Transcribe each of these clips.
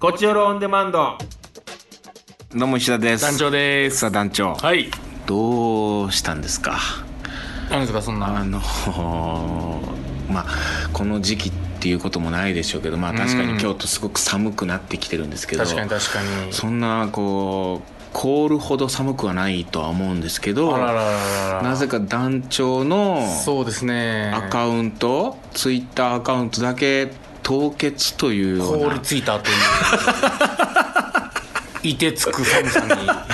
こちよろオンデマンド。どうも石田です団長ですさあ団長、はいどうしたんですか何ですかそんなあの まあこの時期っていうこともないでしょうけどまあ確かうにん京都すごく寒くなってきてるんですけど確かに確かにそんなこう凍るほど寒くはないとは思うんですけどあららららなぜか団長のそうですねアカウント、ツイッターアカウントだけ凍結というよう凍りなついたといういてつく寒さにあ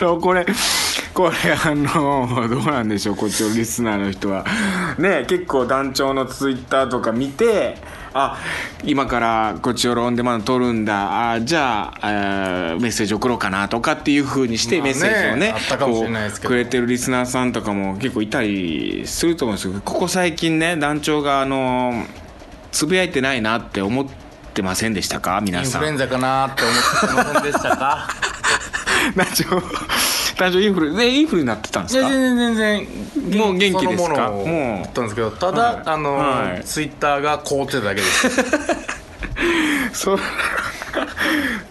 のこれこれあのどうなんでしょうこっちのリスナーの人はね結構団長のツイッターとか見てあ今からこっちをローンデマンド撮るんだあじゃあ、えーメッセージ送ろうかなとかっていうふうにしてまあメッねセージをね,、あったかもしれないですけどこうくれてるリスナーさんとかも結構いたりすると思うんですけどここ最近ね団長があのつぶやいてないなって思ってませんでしたかイン皆さフんルエンザかなって思ってませんでしたか 団長団長インフルでインフルになってたんで いすやか全然全然もう元気ですかそのものもをう送ったんですけどただ、はいあの、はいツイッターが凍ってただけですそ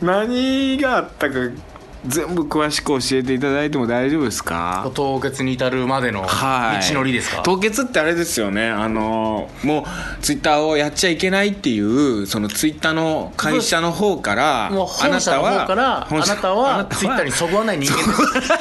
何があったか全部詳しく教えていただいても大丈夫ですか凍結に至るまでの道はいのりですか、凍結ってあれですよねあのもうツイッターをやっちゃいけないっていうそのツイッターの会社の方からもう本社の方からあ本社なたはあなたツイッターにそぐわない人間です。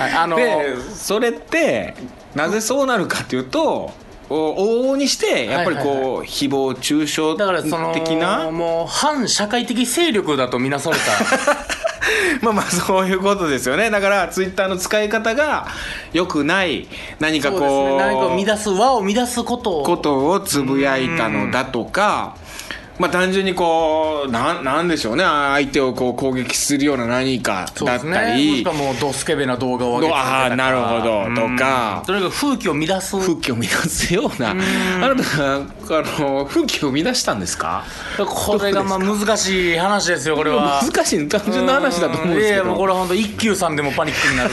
はい、あの でそれってなぜそうなるかというとお往々にしてやっぱりこう、はいはい誹謗中傷だからその的なもう反社会的勢力だとみな され まあまあそういうことですよねだからツイッターの使い方が良くない何たかそこううですね何かを乱す和を乱すことをことをつぶやいたのだとかまあ単純にこうなんなんでしょうね相手をこう攻撃するような何かそうでだっすたねもしり、くはもうドスケベな動画を上げてああなるほどとかとにかく風紀を乱す風紀を乱すようなあなたがあの風紀を乱したんですかこれがまあ難しい話ですよこれは難しい単純な話だと思うんですいけやいやもうこどれ本当一休さんでもパニックに なる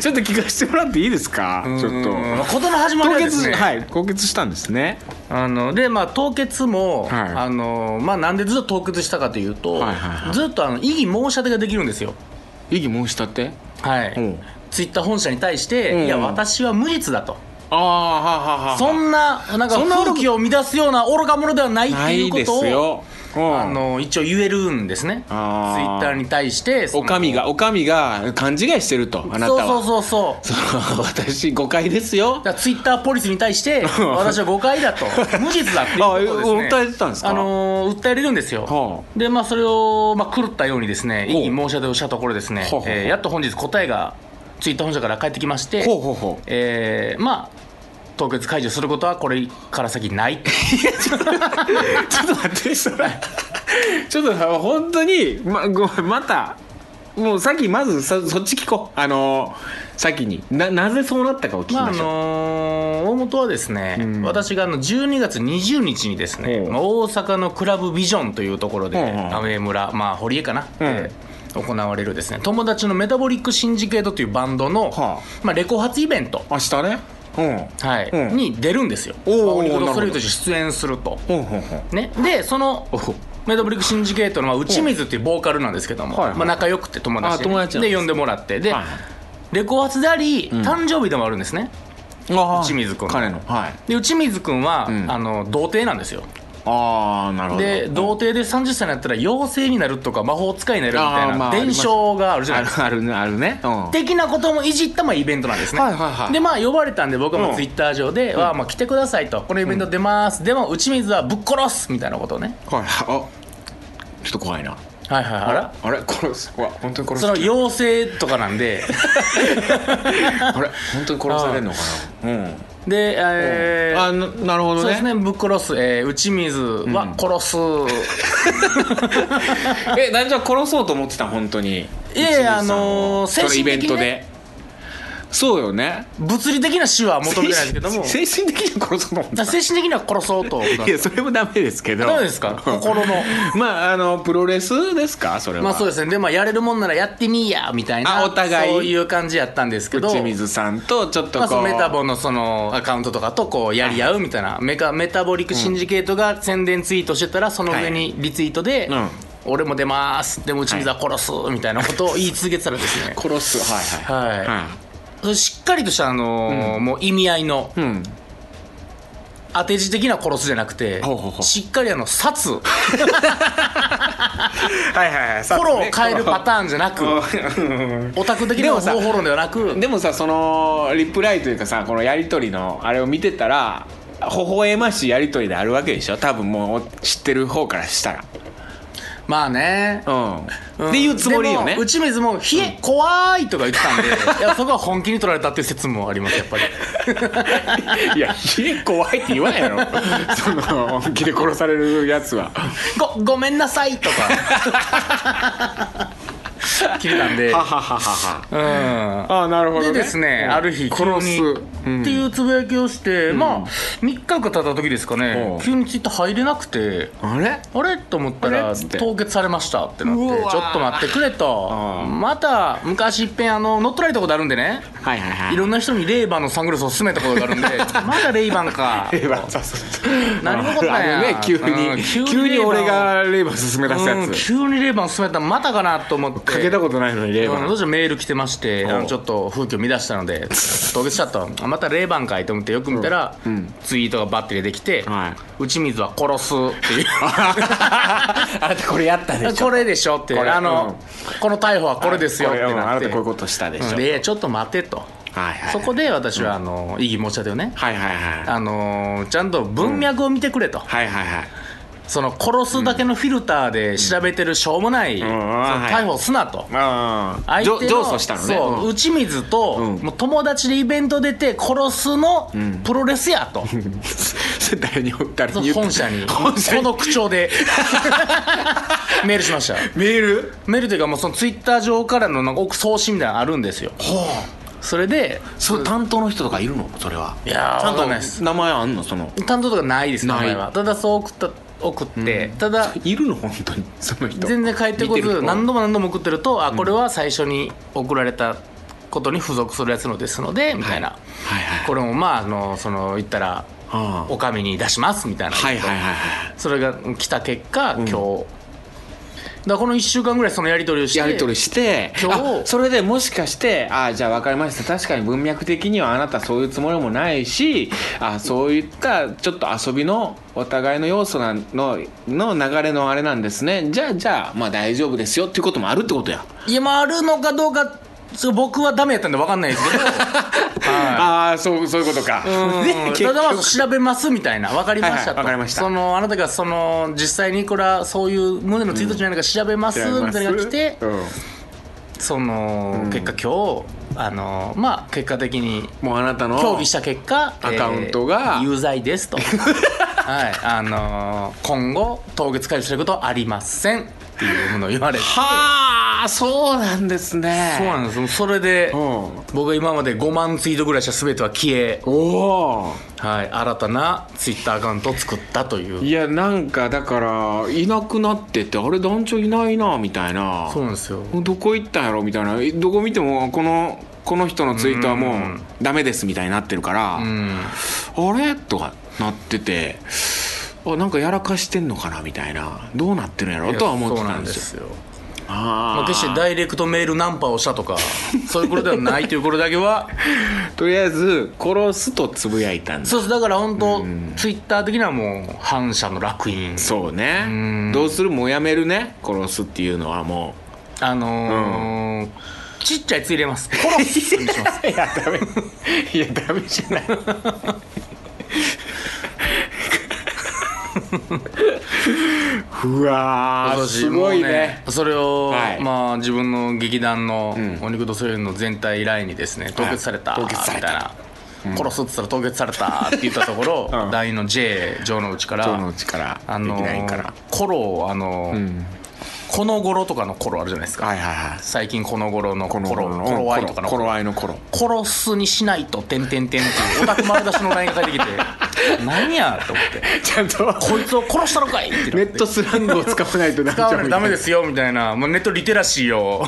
ちょっと聞かせてもらっていいですかちょっとうんまあ事の始まり凍はです結ねはい凍結したんですねあのでまあ凍結も、はいあのまあ、なんでずっと凍結したかというと、はいはいはいずっとあの異議申し立てができるんですよ異議申し立てはい、うんツイッター本社に対して、うんいや私は無実だと、ああはあはあはあそんななんかそんな愚か風紀を乱すような愚か者ではないってないいうこですとをよ、うんあの一応言えるんですねツイあーッターに対してそおのかみがおかみが勘違いしてるとあなたそうはそうそうそうその 私誤解ですよだからツイッターポリスに対 して私は誤解だと無実だっていうことをです、ね、あ訴えてたんですかあのー訴えれるんですよ、はでまあそれを、まあ、狂ったようにですねほう異議申し立てをしたところですねほうほうほうえーやっと本日答えがツイッター本社から返ってきましてほうほうほうえーまあ凍結解除することはこれから先 ないちょっと待ってそれちょっと本当にまごめんまたもうさっきまずそそっち聞こうあの先にななぜそうなったかを聞きまああましょう、のー大元はですね、ん私があの12月20日にですね、ほうまあ、大阪のクラブビジョンというところで、ほうほう雨村、まあ、堀江かな、んで行われるですね友達のメタボリックシンジケートというバンドの、はまあ、レコ発イベント、明日ねうんはいうんに出るんですよ。おーまあオリコンなるほどのストリートして出演すると、ほうほうほうね、でそのメタボリックシンジケートのまあ内水っていうボーカルなんですけども、はいはいまあ、仲良くて友達で,、あ友達なんですで呼んでもらってで、はいレコ発であり、誕生日でもあるんですね。あー内水君彼のはいで内水君は、んあの童貞なんですよああなるほどで童貞で30歳になったら妖精になるとか魔法使いになるみたいあーまあなありま伝す承があるじゃなあいですかるあるねあるねうん的なこともいじったまあイベントなんですね、はいはいはいでまあ呼ばれたんで僕はもうんうツイッター上で「わあまあ来てください」と「このイベント出ます」でも内水はぶっ殺すみたいなことをねはいあちょっと怖いなはいはいあらあれ殺すわ本当に殺すその妖精とかなん であれ本当に殺されるのかなうんでえーあななるほどねそうですねぶっ殺す、えー、内水は殺す、え団長殺そうと思ってた本当にいやいやあのーそのイベントでそうよ ね物理的な死は求めてないですけども精神的には殺そうもんだかなら精神的には殺そうと いやそれもダメですけどダメですか心の まああのプロレスですかそれはまあそうですねでまあやれるもんならやってみいやみたいなあお互いそういう感じやったんですけど内水さんとちょっとまあ、そこう、のメタボのそのアカウントとかとこうやり合うみたいなメカメタボリックシンジケートが宣伝ツイートしてたらその上にリツイートでうん「俺も出ます」でも内水は殺すみたいなことを言い続けてたらですね殺す はいはい、はい、はそれしっかりとしたあのーもう意味合いのい、うん当て字的な殺すじゃなくてほうほうほうしっかりあの殺フはいはいはいォローを変えるパターンーンじゃな くオタク的でなもさ方法論ではなくでもさそのリプライというかさこのやり取りのあれを見てたら微笑ましいやり取りであるわけでしょ多分もう知ってる方からしたらまあねうんっていうつもりよねでも内水も「冷え怖い」とか言ってたんで いやそこは本気に取られたっていう説もありますやっぱりいや家怖いって言わないや ろその本気で殺されるやつは「ごごめんなさい」 とか切れたんでははははうんああなるほど、ね、でですね、うんある日急殺に、す、っていうつぶやきをして、まあ3日か経った時ですかねおう急にツイッター入れなくてあれあれと思ったあれらっつって凍結されましたってなってうわーちょっと待ってくれとうんまた昔いっぺんあの乗っ取られたことあるんでねはいはいはいいろんな人にレイバンのサングラスを勧めたことがあるん でまだレイバンかレイバンさす何も起こったんやあれね急うんに急急にに俺がレイバン進め出すやうんつ、急にレイバン勧めたらまたかなと思ってかけたことないのにレイバうんンどうしようメール来てましておうあのちょっと風景を乱したので凍結しちゃったわあまた霊番かいと思ってよく見たら、うんうんツイートがバッて出てきては「い内水は殺す」っていう あなたこれや った「でこれでしょ」って「これあの、この逮捕はこれですよ」っこてれうんあなっなてたこういうことしたでしょ、うんでちょっと待て」と、はいはいそこで私はあの異議申し立てをね、はいはいはいあのーちゃんと文脈を見てくれと、はいはいはいその殺すだけのフィルターで調べてるしょうもない、んそのはい逮捕すなと、ああ相手の上訴したのねそう、うん内水と、うんもう友達でイベント出て殺すの、んプロレスやと、 それ誰に誰そにの言った本社に本社にこの口調 でメールしましたメールメールというかもうそのツイッター上からのなんか送信みたいなのあるんですよはそれであその担当の人とかいるのそれはいやーちゃわんかとんないです名前あんのその担当とかないですない名前はただそう送った送って、ただいるの本当にその人全然返ってこ見るず人何度も何度も送ってると、あこれは最初に送られたことに付属するやつのですのでみたいな、はいはいこれもまああのその言ったらあお上に出しますみたいあな、はいはいはいはいそれが来た結果、今日だからこの1週間ぐらいそのやり取りをしてやり取りして今日あそれでもしかしてあじゃあ分かりました確かに文脈的にはあなたそういうつもりもないしあそういったちょっと遊びのお互いの要素なのの流れのあれなんですねじゃあじゃあまあ大丈夫ですよっていうこともあるってことやいやまああるのかどうかそう僕はダメやったんで分かんないです けどはああそうそういうことかいうんで 結ただまあ局調べますみたいな分かりましたと、はいはいわかりましたそのあなたがその実際にこれはそういう胸のツイートじゃないのか調べますみたいなのが来て、うんその、うん結果今日あのまあ結果的にもうあなたの協議した結果アカウントがえー有罪です とはいあのー今後凍結解除することはありませんっていうものを言われてはあそうなんですねそうなんですそれでうん僕が今まで5万ツイートぐらいした全ては消え、おおはい、新たなツイッターアカウントを作ったといういやなんかだからいなくなっててあれ団長いないなみたいなそうなんですよどこ行ったんやろみたいなえどこ見てもこのこの人のツイートはもうんうダメですみたいになってるから、うんあれとかなっててあなんかやらかしてんのかなみたいなどうなってるんやろとは思ってたんですよそうなんですよまああ、ー決してダイレクトメールナンパをしたと かそういうことではないということだけはとりあえず殺すとつぶやいたんですそうですだから本当ツイッター的にはもう反社の楽園そううんねどうするもうやめるね殺すっていうのはもうあのーちっちゃいつ入れます。殺すにします。 いやダメいやダメじゃないふわーすごいもうねそれを、はいまあ自分の劇団のんお肉とそういうの全体ラインにですね凍結された、はい凍結さみれたいたな。殺すっつったら凍結されたって言ったところ、 うん団員の J 城之内から今日のうちからあできのないからコロをあのーうんこの頃とかの頃あるじゃないですかはいはいはい最近この頃のこ頃頃の頃の頃合いとかの頃合いの頃殺すにしないと、てんてんてんっていう、オタク丸出しのラインが返ってき て、何やと思って、ちゃんとこいつを殺したのかいってなってネットスラングを使わないとダメ使わないとダメですすよ、みたいな。もうネットリテラシー を、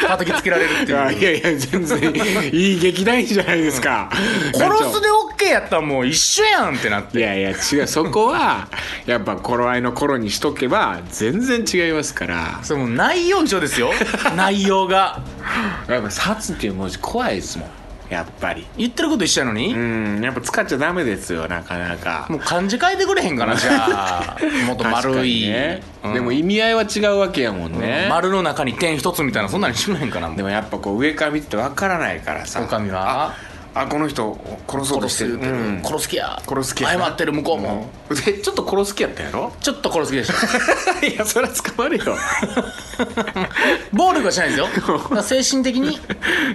叩きつけられるっていやいいう。やいや全然いい劇団員じゃないですか殺すで OK やったらもう一緒やんってなっいて。やいや違うそこはやっぱ頃合いの頃にしとけば全然違いますからそれもう内容上 ですよ。内容が。やっぱ「殺」っていう文字怖いですもんやっぱり言ってること一緒やのにう。んやっぱ使っちゃダメですよなかなかもう漢字変えてくれへんかな、じゃあ。もっと確か丸にい。ねうんでも意味合いは違うわけやもんね、丸の中に点一つみたいな、そんなにしないんかな、もうでもやっぱこう上から見ててわからないからさ狼はああこの人殺そうと殺しすてる、うん殺す気や殺す気やな謝ってる向こうも、うんでちょっと殺す気やったやろちょっと殺す気 でしたいやそりゃ捕まる よ暴力はしない ですよだから精神的に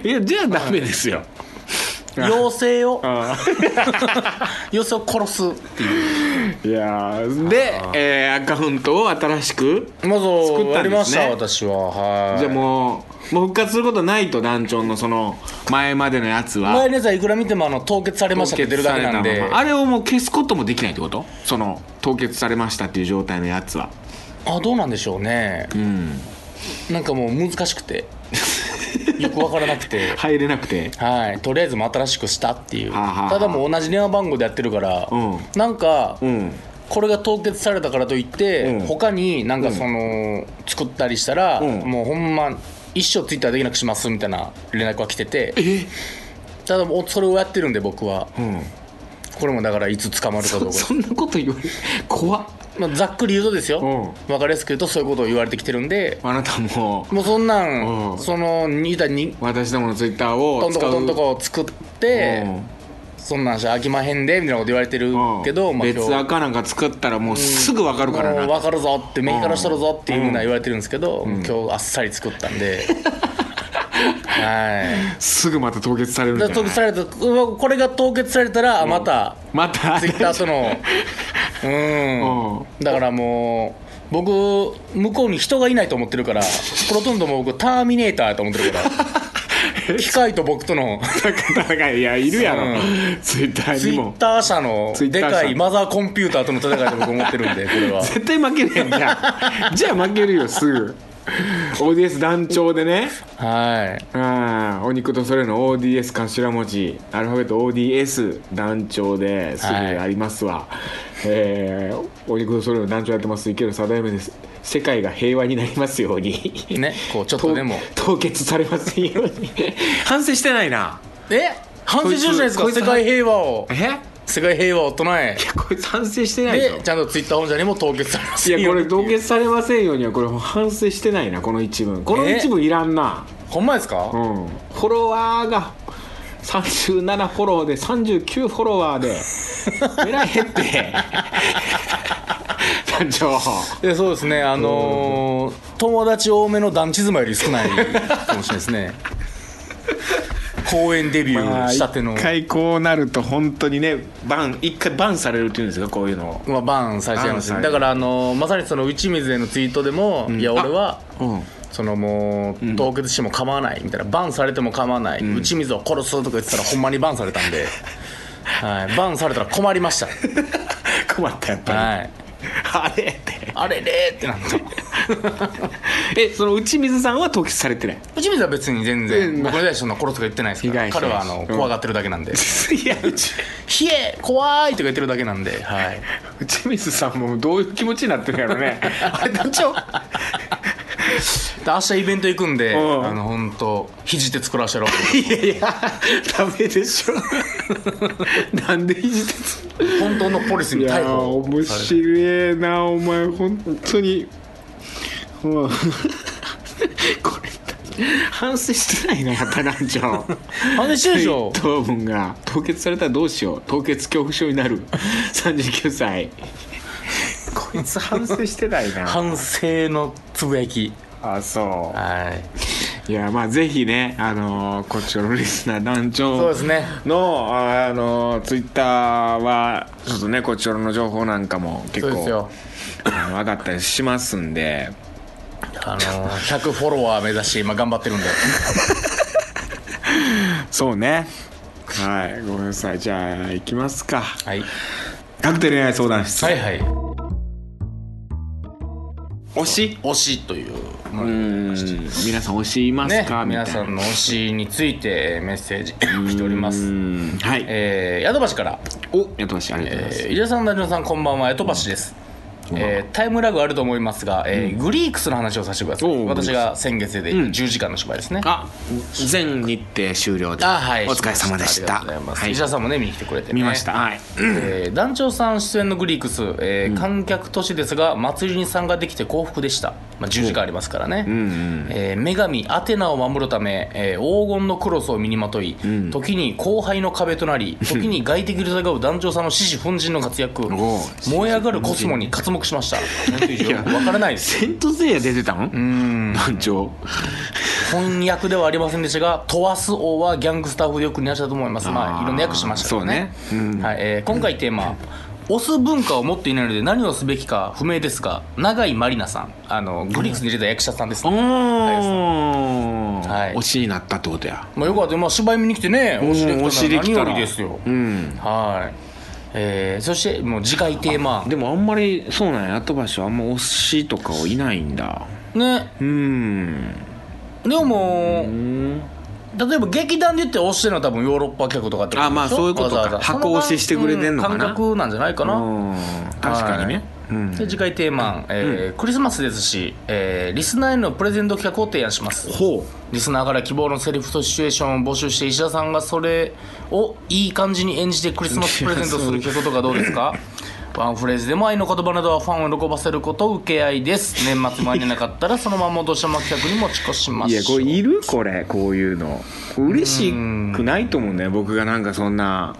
いやじゃあダメですよ妖精をあ 妖精を殺すっていういやーでえーアカウントを新しくまず作ったやんですねりました私ははいじゃあもうもう復活することないと団長のその前までのやつは前のやつはいくら見てもあの凍結されましたって出るだけなん凍結されたでままあれをもう消すこともできないってことその凍結されましたっていう状態のやつはあどうなんでしょうねうんなんかもう難しく てよくわからなくて入れなくてはいとりあえずもう新しくしたっていうはあはあはあただもう同じ電話番号でやってるから、うんなんか、うんこれが凍結されたからといって、うん他になんかその、作ったりしたら、うんもうほんま一生ツイッターできなくしますみたいな連絡は来ててえただもうそれをやってるんで僕はうんこれもだからいつ捕まるかどうそか、そんなこと言われ怖っまあ、ざっくり言うとですよ、う分かりやすく言うとそういうことを言われてきてるんであなたももうそんなん、うんその2たに私どものツイッターをどん使とうこどんとこを作って、うんそんなんしゃ飽きまへんでみたいなこと言われてるうんけど、まあ、別アカなんか作ったらもうすぐ分かるからもうな分かるぞって右からしたるぞっていうふうな言われてるんですけど、今日あっさり作ったん ではいすぐまた凍結されるんだじゃからな凍い結されたこれが凍結されたらまたまたツイッターとのうんうだからもう僕向こうに人がいないと思ってるからプロトンドも僕ターミネーターやと思ってるから 機械と僕との戦いいやいるやろ、うツイッターツイにッもター社のツイッタでー社かいマザーコンピューターとの戦いと僕思ってるんでこれ は絶対負けねえんじゃんじゃあ負けるよすぐ ODS 団長でねはいああお肉とそれの ODS 頭文字アルファベット ODS 団長ですぐはいありますわ、えーお肉とそれの団長やってます池野定夢です世界が平和になりますようにねこうちょっ凍とでも凍結されませんように反省してないなえ反省してるじゃないですかこいつ世界平和をえいや世界平和を唱えこいつ反省してないでしょでちゃんとツイッター本社にも凍結されますいやこれ凍ど結されませんようにはこれ反省してないなこの一文この一文いらんな、ほんまですうかんフォロワーが37フォローで39フォロワー でえらい減って 団長でそうですねあのー友達多めの団地妻より少ないかもしれないです ね公演デビューしたての、一回こうなると本当にねバン一回バンされるっていうんですかこういうのまあ、バーンされちゃいますバーンされねるだから、あのーまさにその内水へのツイートでも、いや俺はうんそのもう凍結しても構わないみたいな、バンされても構わない、打ち水を殺すとか言ってたらほんまにバンされたん で、はい、バンされたら困りました困ったやっぱはい、り、あれってあれれーってなったえその内水さんは凍結されてない内水は別に全うん然僕に対してそんな殺すとか言ってないですから被害者彼はあうのん怖がってるだけなんで「いや内ひえ怖い!」とか言ってるだけなんで、はい、内水さんもどういう気持ちになってるんやろねあれ団長で明日イベント行くんでうんあの本当肘手作らせろいやいや ダメでしょ なんでいじってつ本当のポリスいにや逮ー捕面され白いなお前本当に もうこれ反省してないなやっぱ団長るなんでしてるでしょ糖分が凍結されたらどうしよう凍結恐怖症になる39歳こいつ反省してないな反省のつぶやき あそはい。ういやまあぜひねあのーこっちのリスナー団長そうですね。のああのツイッターはちょっとねこちらの情報なんかも結そうです構よ。あの上がったりしますんであのー、100フォロワー目指して今頑張ってるんでそうねはいごめんなさいじゃあ行きますかはいカクテル恋愛相談室、はいはい推し推しといううーん皆さん推しいますねか、みた皆いなさんの推しについてえーメッセージ来ておりまうすーんはい、えー、ヤドバシからおやってましたありがとうございます、えー、伊田さん、ダジョンさん、こんばんは、エトバシです。えータイムラグあると思いますが、えーグリークスの話をさせてくださおい。う私が先月で10時間の芝居ですね。あ全日程終了であはい。お疲れ様でしたありがとうございます。はい石田さんもね、見に来てくれてね。見ました、。はいえー団長さん出演のグリークス、えー観客都市ですが祭りに参加できて幸福でした、まあ、10時間ありますからね、えー女神アテナを守るため、えー黄金のクロスを身にまとい、時に後輩の壁となり時に外敵に戦う団長さんの獅子奮陣の活躍おう燃え上がるコスモに刮目しましたなん ていうよくわからないですセントゼイヤ出てたのうん団長翻訳ではありませんでしたが「トワス王」はギャングスター風でよく似合したと思いますまああーいろんな訳しましたけどねそうねうんはいえー今回テーマオス文化を持っていないので何をすべきか不明ですが永井まりなさんあのグリックスに出てた役者さんですおね、ー、はい推しになったってことやまあ、よかった、まあ、芝居見に来てねお尻おで尻き来たら何たらよりですよ、うんはい、えーそしてもう次回テーマでもあんまりそうなんや後橋はあんま推しとかはいないんだねうんでももううん例えば劇団で言って推してるのは多分ヨーロッパ客とかってことでしょあまあそういうことかわざわざ箱推ししてくれてんのかなそ感覚なんじゃないかな、確かにね、うんで次回テーマ、えークリスマスですし、えーリスナーへのプレゼント企画を提案しますほリスナーから希望のセリフとシチュエーションを募集して石田さんがそれをいい感じに演じてクリスマスプレゼントする企画とかどうです かワンフレーズでも愛の言葉などはファンを喜ばせることを受け合いです年末間に合なかったらそのままどしゃま企画に持ち越しまういしょうやこれいるこれこういうのこれ嬉しくないと思うんだよ僕がなんかそんな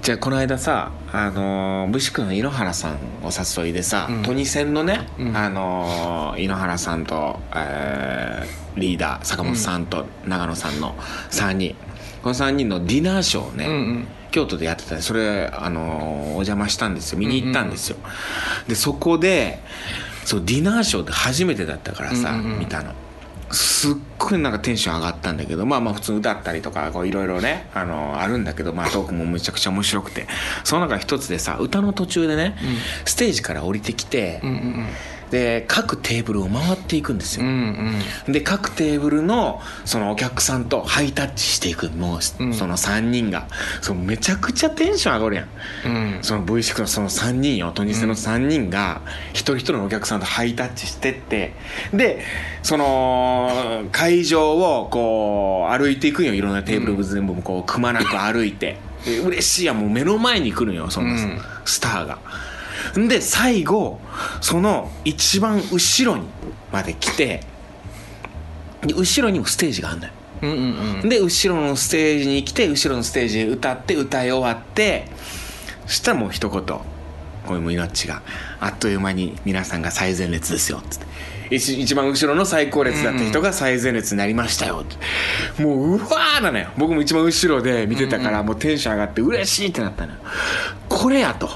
じゃあこの間さあのー武士君の井ノ原さんお誘いでさ、トニセンのね、あのー井ノ原さんと、えーリーダー坂本さんと長野さんの3人、この3人のディナーショーをね、うんうん京都でやってたんでそれ、あのーお邪魔したんですよ見に行ったんですよ、でそこでそうディナーショーって初めてだったからさ、うんうんうん見たのすっごいなんかテンション上がったんだけどまあまあ普通に歌ったりとかこういろいろね、あのーあるんだけど、まあ、トークもむちゃくちゃ面白くてその中一つでさ歌の途中でね、ステージから降りてきて、うんうんで各テーブルを回っていくんですよ、うんうんで各テーブルのそのお客さんとハイタッチしていくもう、うんその3人がそうめちゃくちゃテンション上がるやんうんその V6 のその3人よトニセの3人が一人一人のお客さんとハイタッチしてってでその会場をこう歩いていくんよいろんなテーブル全部こうくまなく歩 いてで嬉しいやんもう目の前に来るんよそのうんスターが。んで最後その一番後ろにまで来てで後ろにもステージがあんのよ。うんうんうんで後ろのステージに来て後ろのステージで歌って歌い終わってそしたらもう一言これも命があっという間に皆さんが最前列ですよっつって一一番後ろの最高列だった人が最前列になりましたよってもううわーなのよ僕も一番後ろで見てたからもうテンション上がって嬉しいってなったのよこれやと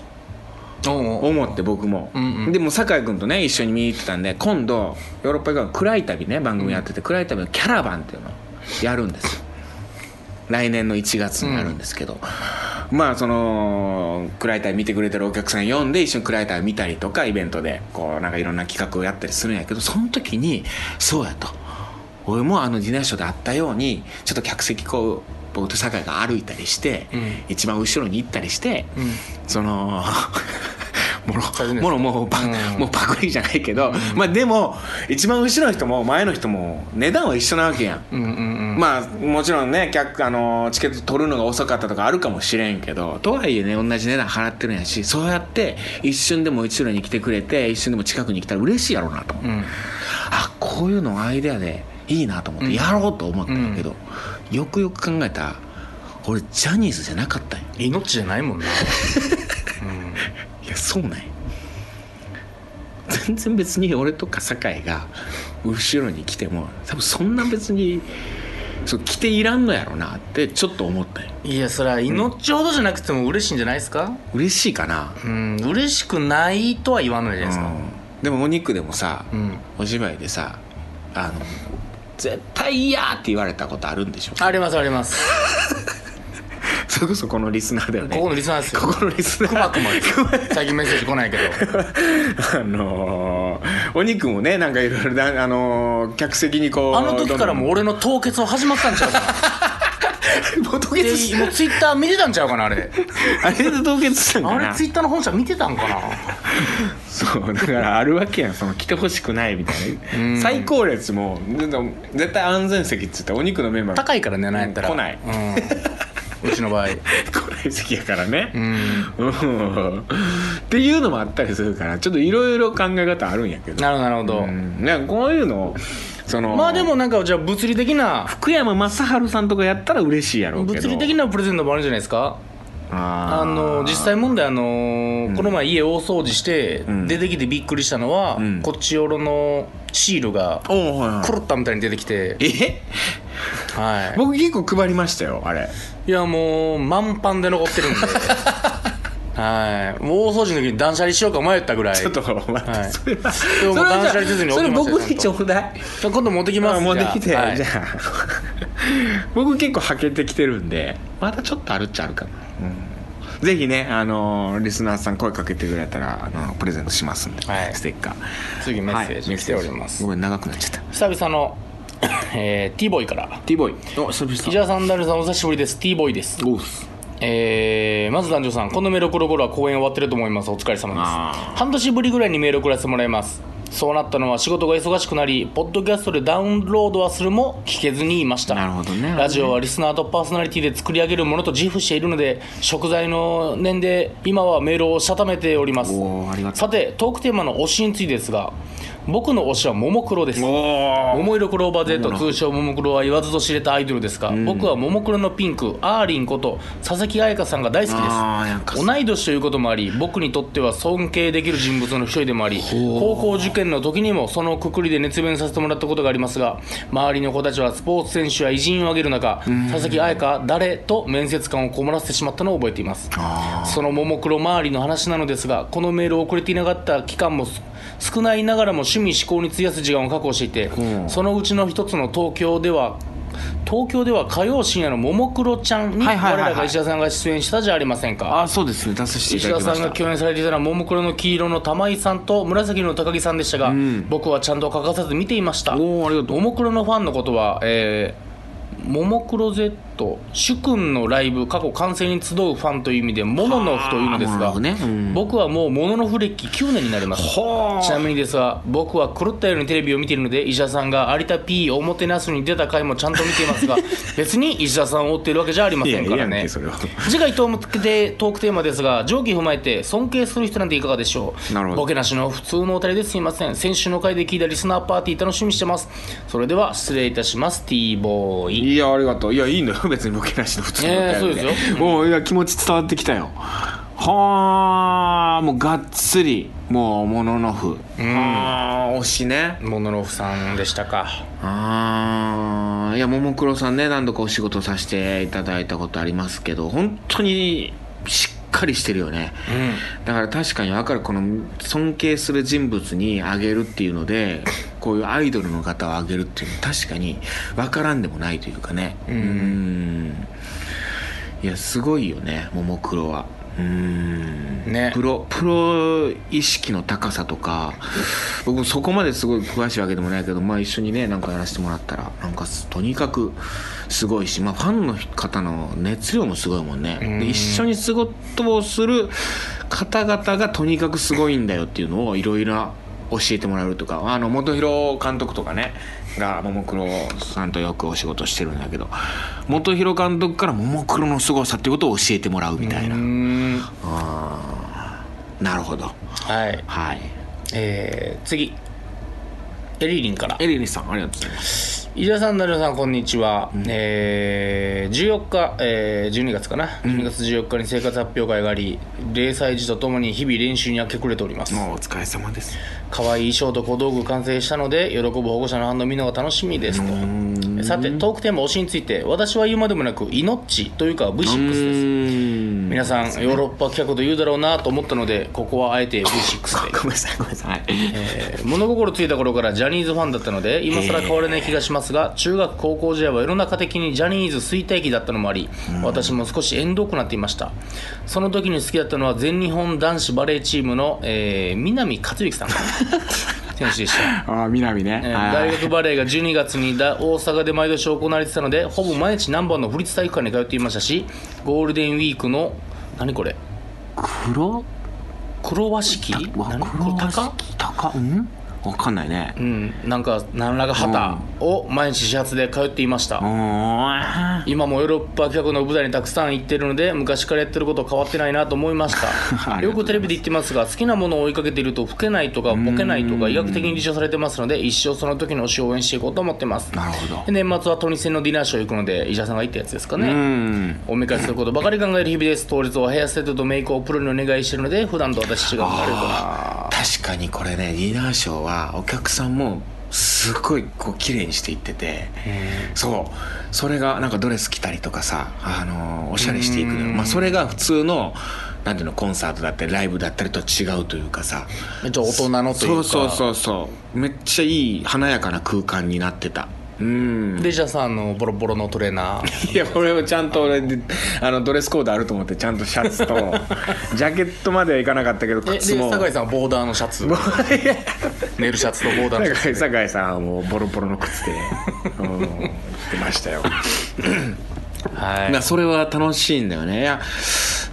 おうおう思って僕も、うんうんでも酒井君とね一緒に見に行ってたんで今度ヨーロッパ行くの暗い旅ね番組やってて、暗い旅のキャラバンっていうのをやるんですよ来年の1月になるんですけど、まあその暗い旅見てくれてるお客さん呼んで一緒に暗い旅見たりとかイベントでこうなんかいろんな企画をやったりするんやけどその時にそうやと俺もあのディナーショーであったようにちょっと客席こう僕と酒井が歩いたりして、うん一番後ろに行ったりして、うんその も大ろ変ですもろもうパ,、うんもうパクリじゃないけど、まあでも一番後ろの人も前の人も値段は一緒なわけやん、うんうんまあもちろんね客あのチケット取るのが遅かったとかあるかもしれんけどとはいえね同じ値段払ってるんやしそうやって一瞬でも後ろに来てくれて一瞬でも近くに来たら嬉しいやろうなと思う、う んあこういうのアイデアでいいなと思ってやろうと思ったんやけど、よくよく考えたら俺ジャニーズじゃなかったんや命じゃないもんねいやそうなんや全然別に俺とか酒井が後ろに来ても多分そんな別にそう来ていらんのやろなってちょっと思ったよいやそれは命ほどじゃなくても嬉しいんじゃないですか嬉しいかなうん嬉しくないとは言わないじゃないですか、うんでもお肉でもさ、うんお芝居でさあの絶対嫌って言われたことあるんでしょありますありますそれこそこのリスナーだよねここのリスナーですよここのリスナーくまくまです最近メッセージ来ないけど あのーお肉もねなんかいろいろだあのー客席にこうあの時からもうどん俺の凍結を始まったんちゃうか などんもう凍で結しもうツイッター見てたんちゃうかなあれあれで凍結したんかあなれツイッターの本社見てたんかなそうだからあるわけやんその来てほしくないみたいうんな最高列もでも絶対安全席っつったらお肉のメンバー高 いからねなんやったら来ないうんうちの場合来ない席やからうね、んうん、っていうのもあったりするからちょっといろいろ考え方あるんやけどなるほどなるほど、うんねこういうのそのまあでもなんかじゃあ物理的な福山雅治さんとかやったら嬉しいやろうけ物ど理的なプレゼントもあるんじゃないですかあーあの実際問題あの、この前家大掃除してん出てきてびっくりしたのは、んこっちおろのシールがおうはいはい狂ったみたいに出てきて、えはい、僕結構配りましたよあれいやもう満帆で残って るんではいもう大掃除の時に断捨離しようか迷ったぐらいちょっと待って、はいそれではもそれはじゃあ断捨離せずにそ置れきました僕よにちょうだい今度持ってきますあもうできてじゃあ,、はい 僕結構はけてきてるんでまだちょっとあるっちゃあるかな、うん、ぜひねあのーリスナーさん声かけてくれたらあのプレゼントしますんで、はいステッカー次メッセージ来ております、ごめん長くなっちゃった久々の、えー、T ボーイから T ボーイお久石々田さん、ダルさん、お久しぶりです。T ボーイです。おうっすえー、まず男女さん、このメール送る頃は公演終わってると思います。お疲れ様であす。半年ぶりぐらいにメール送らせてもらいます。そうなったのは仕事が忙しくなり、ポッドキャストでダウンロードはするも聞けずにいました。なるほどねラジオはリスナーとパーソナリティで作り上げるものと自負しているので、食材の念で今はメールをしたためております。おーありがとさて、トークテーマの推しについてですが、僕の推しはももクロですう。お桃色クローバー Z 通称ももクロは言わずと知れたアイドルですが、僕はももクロのピンクアーリンこと佐々木彩香さんが大好きあーなんかです同い年ということもあり僕にとっては尊敬できる人物の一人でもあり高校受験の時にもそのくくりで熱弁させてもらったことがありますが周りの子たちはスポーツ選手や偉人を挙げる中佐々木彩香誰と面接官をこもらせてしまったのを覚えていますあそのももクロ周りの話なのですがこのメールを送れていなかった期間もす少ないながらも趣味思考に費やす時間を確保していて、うんそのうちの一つの東京では東京では火曜深夜の「ももクロちゃん」にはいはい我はいはいらが石田さんが出演したじゃありませんか、あそうですね出させてい石た田だきさまんしがた共演されていたのはももクロの黄色の玉井さんと紫の高木さんでしたが、僕はちゃんと欠かさず見ていましたおーありがとうももクロのファンのことは、えー、ももクロ Z 主君のライブ過去完成に集うファンという意味でモノノフというのですはが、あモノノフねうん僕はもうモノノフ歴9年になりますほーちなみにですが僕は狂ったようにテレビを見ているので石田さんが有田 P をおもてなすに出た回もちゃんと見ています が別に石田さんを追っているわけじゃありまいせやんいかやらやんねけそれは次回トークテーマですが上記踏まえて尊敬する人なんていかがでしょうなるほどボケなしの普通のお便りですいません先週の回で聞いたリスナーパーティー楽しみにしてますそれでは失礼いたします T ボーイいやありがとういやいいんだよ別にボケなしの普通のお便えりーそうですよもういや気持ち伝わってきたよはあもうがっつりもうもののふ、ああ推しねモノロフさんでしたかああいやももクロさんね何度かお仕事させていただいたことありますけど本当にしっかりしてるよね、だから確かに分かるこの尊敬する人物にあげるっていうのでこういうアイドルの方をあげるっていうのは確かに分からんでもないというかねうんいやすごいよねももクロはうんねプロプロ意識の高さとか僕もそこまですごい詳しいわけでもないけど、まあ、一緒にねなんかやらせてもらったらなんかすとにかくすごいし、まあ、ファンの方の熱量もすごいもんねで一緒に仕事をする方々がとにかくすごいんだよっていうのをいろいろ教えてもらえるとかあの元弘監督とかねがももクロさんとよくお仕事してるんだけど元弘監督からももクロのすごさっていうことを教えてもらうみたいうな。ーんあーなるほどはいはいえー、次エリリンからエリリさんありがとうございます伊沢さん、成田さん、こんにちは。えー、14日、えー、12月かな、12月14日に生活発表会があり、0歳児とともに日々練習に明け暮れております。もうお疲れ様です可愛い衣装と小道具完成したので喜ぶ保護者の反応を見るのが楽しみですとさてトークテーマ推しについて私は言うまでもなく「イノッチ」というか V6 ですん皆さんヨーロッパ企画と言うだろうなと思ったのでここはあえて V6 でごめんなさいごめんなさい、えー物心ついた頃からジャニーズファンだったので今更変わらない気がしますが中学高校時代は世の中的にジャニーズ衰退期だったのもあり私も少し縁遠くなっていましたその時に好きだったのは全日本男子バレーチームの、えー南克之 さん選手でした ああ南ね、えーはい大学バレーが12月にだ大阪で毎年行われてたのでほぼ毎日南蛮の府立体育館に通っていましたしゴールデンウィークの何これ黒黒和式うわ何こ黒れは鷹好き高うんわかんないねうん、なんか何らか旗を毎日始発で通っていました、うーん今もヨーロッパ企画の舞台にたくさん行ってるので昔からやってること変わってないなと思いまし あたりがよとうございますくテレビで言ってますが好きなものを追いかけていると老けないとかボケないとか医学的に立証されてますので一生その時の推しを応援していこうと思ってますなるほどで年末はトニセンのディナーショー行くので医者さんが行ったやつですかね、うんおめかしすることばかり考える日々です当日はヘアセットとメイクをプロにお願いしてるので普段と私違うのがあるかな確かにこれねディナーショーはお客さんもすごいこう綺麗にしていっててそうそれがなんかドレス着たりとかさ、あのーおしゃれしていくのよまあ、それが普通のなんていうのコンサートだったりライブだったりと違うというかさめっちゃ大人のというそかうそうそうそうめっちゃいい華やかな空間になってたうんで医者さんのボロボロのトレーナ ーいやこれをちゃんと俺であのドレスコードあると思ってちゃんとシャツと ジャケットまではいかなかったけどえで靴も酒井さんはボーダーのシャツネイルシャツとボーダーのシャツ酒井酒井さんはもうボロボロの 靴で、うん、言ってましたよはいまあそれは楽しいんだよねいや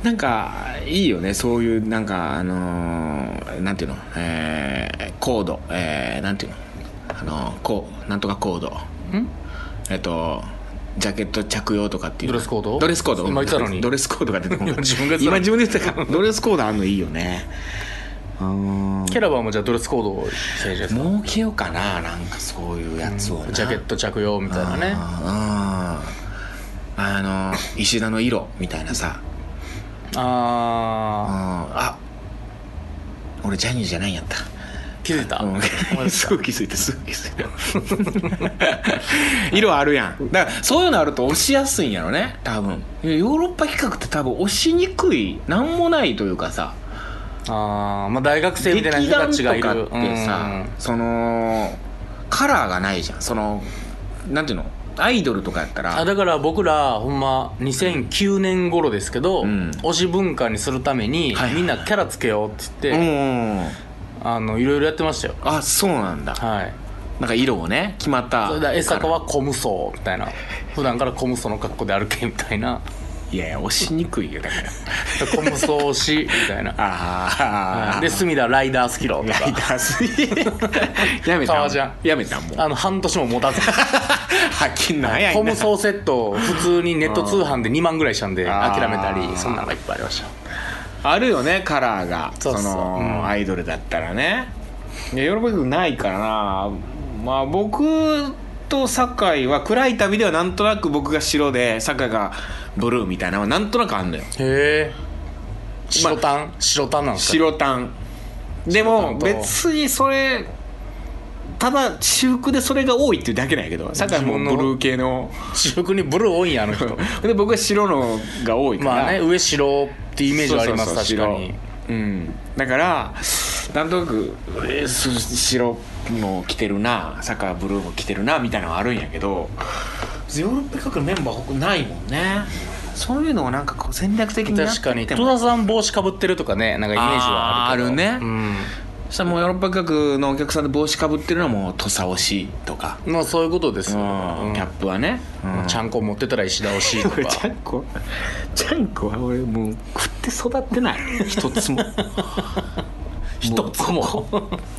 なんかいいよねそういうなんかあのーなんていうのえー、コードえー、なんていうのあのーこうなんとかコードえっとジャケット着用とかっていうドレスコードドレスコード今言ったのにドレスコードが出てこない今 自分が言ったの今に自分で言ってたからドレスコードあんのいいよねうんキャラバンもじゃあドレスコードを選手ですか儲けようかななんかそういうやつをな、ジャケット着用みたいなねあーあーあの石田の色みたいなさあああ俺ジャニーじゃないんやったー気づいたうんお前ですすかぐ気づいたすぐ気づいた 色あるやんだからそういうのあると押しやすいんやろね多分ヨーロッパ企画って多分押しにくいなんもないというかさあーまあ大学生みたいな劇人団たとちがいるかってさそのカラーがないじゃんそのなんていうのアイドルとかやったらあだから僕らほんま2009年頃ですけど、うん推し文化にするために、はいはいみんなキャラつけようって言うって、んあのいろいろやってましたよあそうなんだはいなんか色をね決まったそれで江坂はコムソみたいな普段からコムソの格好で歩けみたい ないやいや押しにくいよだから コムソ推しみたいなあはあい で隅田ライダースキロとライダかーすやめた革ジャンやめたもうあの半年も持たずはっきりなんやコムなソセットを普通にネット通販で2万ぐらいしたんであー諦めたりそんなのがいっぱいありましたあるよねカラーがそそうそうの、うんアイドルだったらねいや喜びくないからなまあ僕と酒井は暗い旅ではなんとなく僕が白で酒井がブルーみたいなのはなんとなくあんのよへえ白タン白タンなんですか白タンでも白タンと別にそれただ私服でそれが多いっていうだけなんやけど酒井も自分のブルー 系の白くにブルー多いんやあの人で僕は白のが多いからまあね上白ってイメージはありますそうそう確そうかに白うんだからなんとなくえーす白も着てるなサッカーブルーも着てるなみたいなのはあるんやけどヨーロッパ各メンバーほないもんねそういうのをなんかこう戦略的になって確かにって戸も田さん帽子かぶってるとかねなんかイメージはあるけどあーあるねうんそしたらもうヨーロッパ各のお客さんで帽子かぶってるのはもう土佐推しとか、まあそういうことですうよんうんキャップはね、うんちゃんこ持ってたら石田惜しいと俺ちゃかん こちゃんこは俺もう食って育ってない一つ も一つも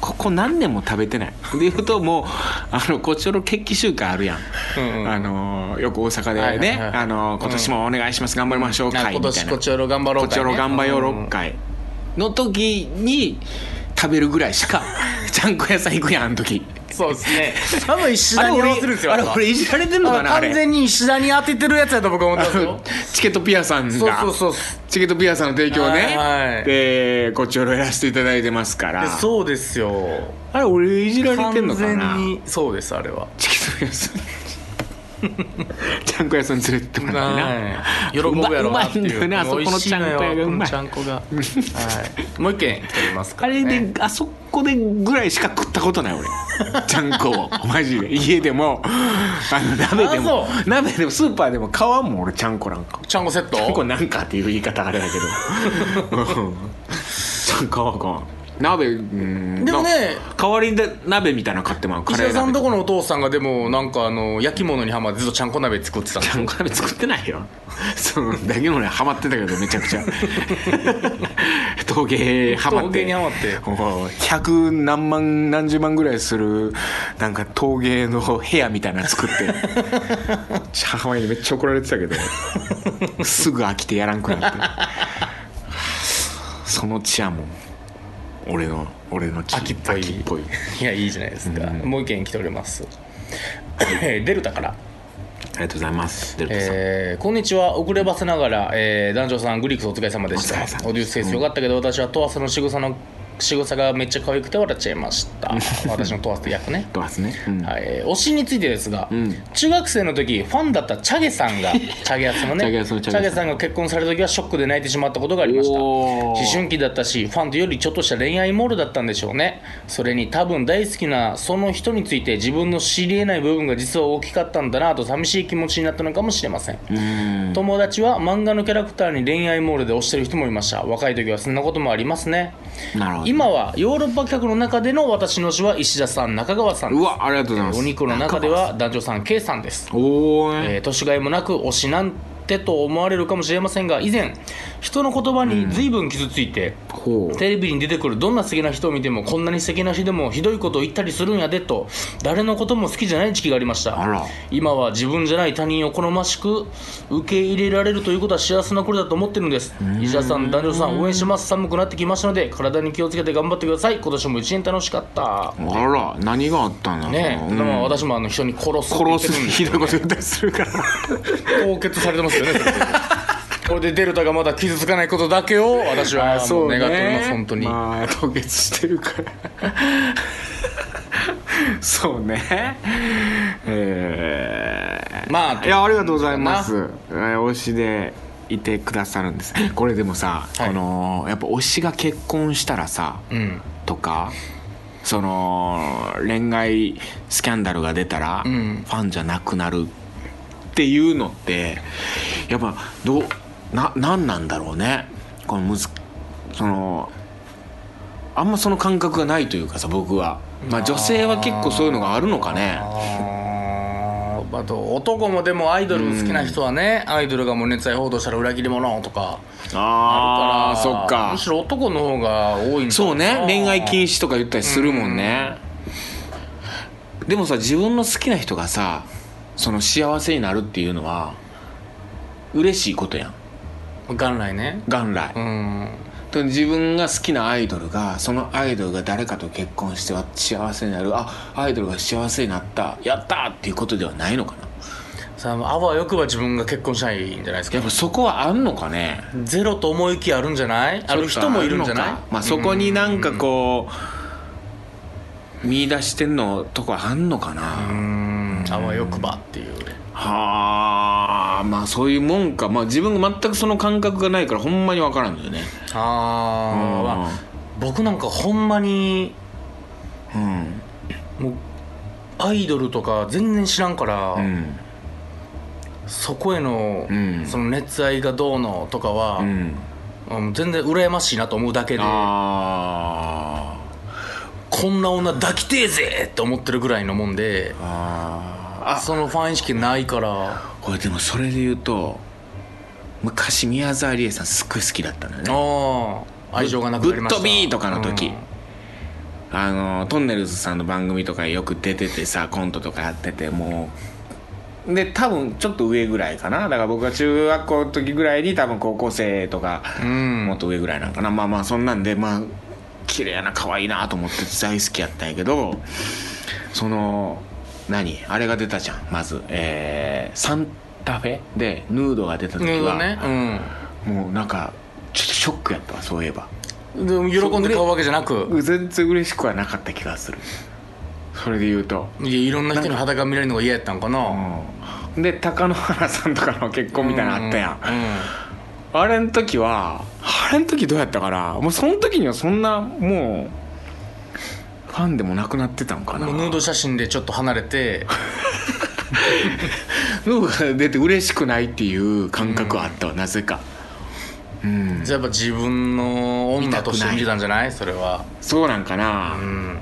ここ何年も食べてないでいうともうあのこちらの決起集会あるやん、うんうんあのよく大阪ではいね、はいはいあの今年もお願いします、頑張りましょうなんか会み今たい年なこちょろ頑張ろう こちょろ頑張よう6会の時に食べるぐらいしかちちゃんこ屋さん行くやんあの時そうです ね多分石田に合わせるんですよあれあれは俺いじられてんのかなあれ完全に石田に当ててるやつやと僕は思ったんです よチケットピアさんがそうそうそうチケットピアさんの提供ね、はいでこっちをやらせていただいてますからでそうですよあれ俺いじられてんのかな完全にそうですあれはチケットピアさん ちゃんこ屋さんに連れてってもらってな、喜ぶやろうなっていううまいうまいんだよねあそこのちゃんこ屋がうまいちゃんこが、はい、もう一軒来てますかあら、ね、れで、あそこでぐらいしか食ったことない俺 ちゃんこをマジで家でもあの鍋でもあそ鍋でもスーパーでも買わんもん俺ちゃんこなんかちゃんこセットちゃんこなんかっていう言い方あれだ けどうんちゃんこは買わん鍋うんでもねな代わりで鍋みたいなの買ってもらうカ石レ田ーさん鍋とこのお父さんがでもなんかあの焼き物にハマってずっとちゃんこ鍋作ってたんでちすゃよんこ鍋作って ないよそうだけど俺ハマってたけどめちゃく ちゃ陶芸ハマって陶芸にハマってもう百何万何十万ぐらいするなんか陶芸の部屋みたいなの作って 母親にめっちゃ怒られてたけどすぐ飽きてやらんくなってその血はもう俺の俺の血秋っぽい秋っぽいいやいいじゃないですか、うんもう一軒来ておりますデルタからありがとうございますデルタさん、えーこんにちは遅ればせながら、えー、団長さんグリックスお疲れ様でしお疲たれ様ですオデュースケースよかったけど、私はトワスの仕草の仕草がめっちゃ可愛くて笑っちゃいました 私のトワス役ねドアスね、うんはい、えー推しについてですが、ん中学生の時ファンだったチャゲさん がチャゲアスのねチャゲアスのチャゲさんさんが結婚された時はショックで泣いてしまったことがありましたお思ー春期だったしファンとよりちょっとした恋愛モールだったんでしょうねそれに多分大好きなその人について自分の知り得ない部分が実は大きかったんだなと寂しい気持ちになったのかもしれません友達は漫画のキャラクターに恋愛モールで推してる人もいました若い時はそんなこともありますねなるほど今はヨーロッパ客の中での私の推しは石田さん中川さんうですわありがとうございますお肉の中では男女さん K さんですおーえー年がいもなく推しなんてと思われるかもしれませんが以前人の言葉に随分傷ついて、ほうテレビに出てくるどんな素敵な人を見てもこんなに素敵な人でもひどいことを言ったりするんやでと誰のことも好きじゃない時期がありましたあら今は自分じゃない他人を好ましく受け入れられるということは幸せなことだと思ってるんです石田さん男女さん応援します寒くなってきましたので体に気をつけて頑張ってください今年も一年楽しかったあら何があったんだろうねえ、うんまあ私もあの人に殺すって言っ殺てるんですひどいこと言ったりするから凍結されてますよね それでこれでデルタがまだ傷つかないことだけを私はもう願っております、本当に、まあ凍結してるから そうねえーまあいやありがとうございます、えー推しでいてくださるんですこれでもさ、はいこのやっぱ推しが結婚したらさ、うんとかその恋愛スキャンダルが出たら、んファンじゃなくなるっていうのってやっぱどうな何なんだろうねこのむずそのあんまその感覚がないというかさ僕は、まあ、女性は結構そういうのがあるのかねあーあと男もでもアイドル好きな人はね、アイドルがもう熱愛報道したら裏切り者とかあだーそっかむしろ男の方が多いんだそうね恋愛禁止止とか言ったりするもんねでもさ自分の好きな人がさその幸せになるっていうのは嬉しいことやん元来ね元来う、んで自分が好きなアイドルがそのアイドルが誰かと結婚しては幸せになるあアイドルが幸せになったやったーっていうことではないのかなさああわよくば自分が結婚したいんじゃないですやかっぱそこはあんのかねゼロと思いきやあるんじゃないある人もいるんじゃないそっかまあ、そこになんかこう見出してんのとこあんのかうな、んあわよくばっていうはあまあそういうもんかまあ自分が全くその感覚がないからほんまに分からんのよねあー、まあ僕なんかほんまにうんもうアイドルとか全然知らんから、うんそこへの,、うんその熱愛がどうのとかは、うんうん全然羨ましいなと思うだけであーこんな女抱きてえぜって思ってるぐらいのもんであーあそのファン意識ないからこれでもそれで言うと昔宮沢りえさんすっごい好きだったのよねああ愛情がなくなりましたぶっ飛びーとかの時うんあのトンネルズさんの番組とかよく出ててさコントとかやっててもうで多分ちょっと上ぐらいかなだから僕が中学校の時ぐらいに多分高校生とかうんもっと上ぐらいなんかなまあまあそんなんでまあ綺麗な可愛いなと思って大好きやったんやけどその何あれが出たじゃんまず、えーサンタフェでヌードが出た時なるほは、どねもうなんかちょっとショックやったわそういえばうんでも喜んで買うわけじゃなく全然嬉しくはなかった気がするそれで言うといやいろんな人の裸見られるのが嫌やったんかなうんで貴乃花さんとかの結婚みたいなのあったやん、うあれの時はあれの時どうやったかなもうその時にはそんなもうファンでもなくなってたんかんなもうヌード写真でちょっと離れ てヌードが出て嬉しくないっていう感覚はあったわ、なぜかうんじゃあやっぱ自分の女として見てたんじゃないそれはそうなんかな、うん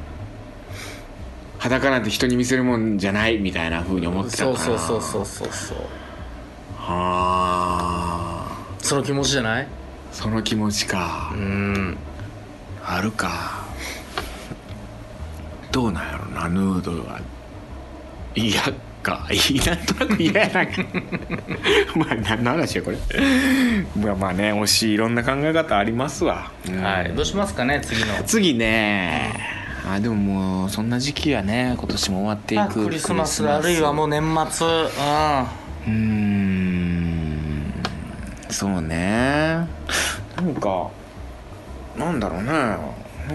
裸なんて人に見せるもんじゃないみたいな風に思ってたかそらうそうそうそうそうそうはあその気持ちじゃないその気持ちか、うんあるかどうなんやろなヌードルは嫌か いやなんとなく嫌やな まあ何の話やこれまあまあね推しいろんな考え方ありますわ、うんはいどうしますかね次 の次ねあでももうそんな時期やね今年も終わっていまあくクリスマスあるいはもう年末うんうーんそうねなんかなんだろうねなん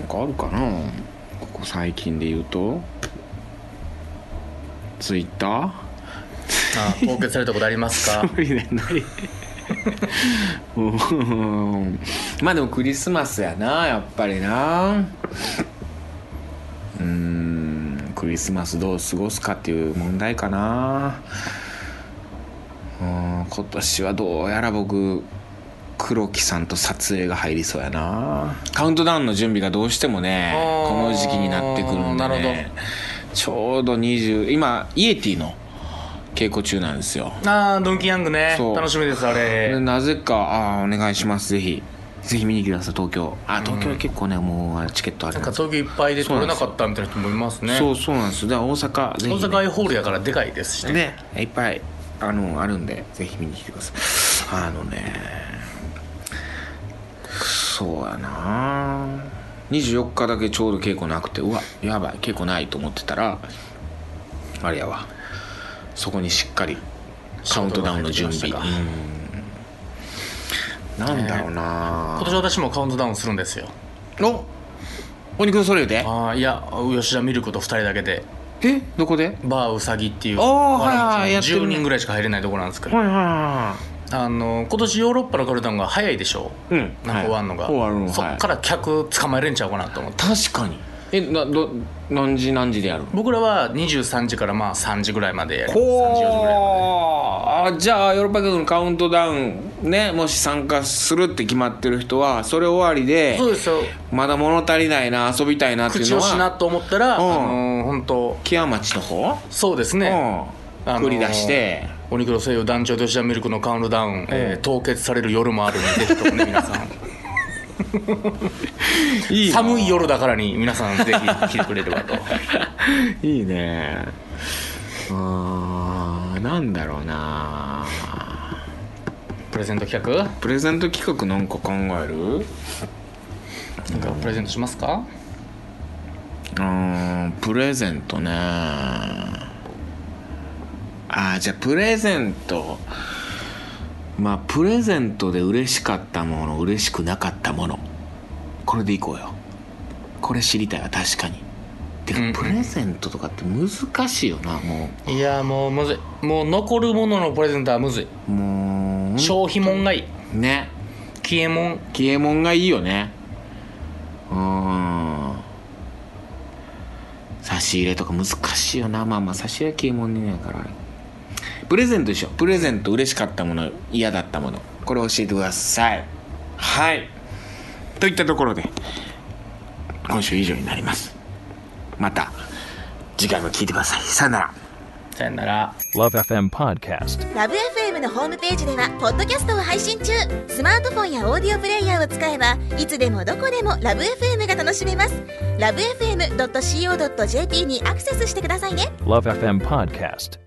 かあるかなここ最近で言うとツイッターあ凍結されたことあります か無理だない うんまあでもクリスマスやなやっぱりなうーんクリスマスどう過ごすかっていう問題かなうん今年はどうやら僕黒木さんと撮影が入りそうやなカウントダウンの準備がどうしてもねあーこの時期になってくるんで、ね、なるほどちょうど20今イエティの稽古中なんですよああドンキーヤングねそう楽しみですあでれなぜかあーお願いしますぜひぜひ見に来てください東京あ東京は結構ね、もうチケットあるなんんかです東京いっぱいで取れなかったみたいな人もいますねそうそうなんですだから大阪ぜ大ひ、ね、阪ホールやからでかいですしねねいっぱいあのあるんでぜひ見に来てくださいあのねそうやな24日だけちょうど稽古なくてうわやばい稽古ないと思ってたらあれやわそこにしっかりカウントダウンの準備仕事が入うんなんだろうな今年私もカウントダウンするんですよおお肉のそれでああいや吉田ミルクと2人だけでえどこでバーウサギっていうおーはいはいバーのやってるね10人ぐらいしか入れないところなんですけどはいはいはあの今年ヨーロッパのカルタンが早いでしょいうんなんか終わんのが、はい終わるのそっから客捕まえれんちゃうかなと思って確かにえなど何時何時でやるの僕らは23時からまあ3時ぐらいまでやります3時4時ぐらいまでほうじゃあヨーロッパ局のカウントダウンねもし参加するって決まってる人はそれ終わりでそうですよまだ物足りないな遊びたいなっていう口のをしなはと思ったら、うんあのー本当木屋町の方、そうですね、うんあのー繰り出してお肉の西洋団長と吉田ミルクのカウントダウン、えー凍結される夜もあるのでぜひともね皆さんい寒い夜だからに皆さんぜひ来てくれればと いいねうーんなんだろうなプレゼント企画プレゼント企画なんか考えるなんかプレゼントしますかうーんプレゼントねあーじゃあプレゼントまあプレゼントで嬉しかったもの嬉しくなかったものこれでいこうよこれ知りたいわ確かにてか、うんうんプレゼントとかって難しいよなもいやもうむずいもう残るもののプレゼントはむずいうも消費もんがいいうんね消えもん消えもんがいいよねうーん差し入れとか難しいよなまあまあ差し入れは消えもんねやからあれプレゼントでしょプレゼント嬉しかったもの嫌だったものこれ教えてくださいはいといったところで今週以上になりますまた次回も聞いてくださいさよならさよなら Love FM Podcast. ラブ f m のホームページではポッドキャストを配信中スマートフォンやオーディオプレイヤーを使えばいつでもどこでもラブ f m が楽しめますラブ FM.co.jp にアクセスしてくださいね Love FM Podcast.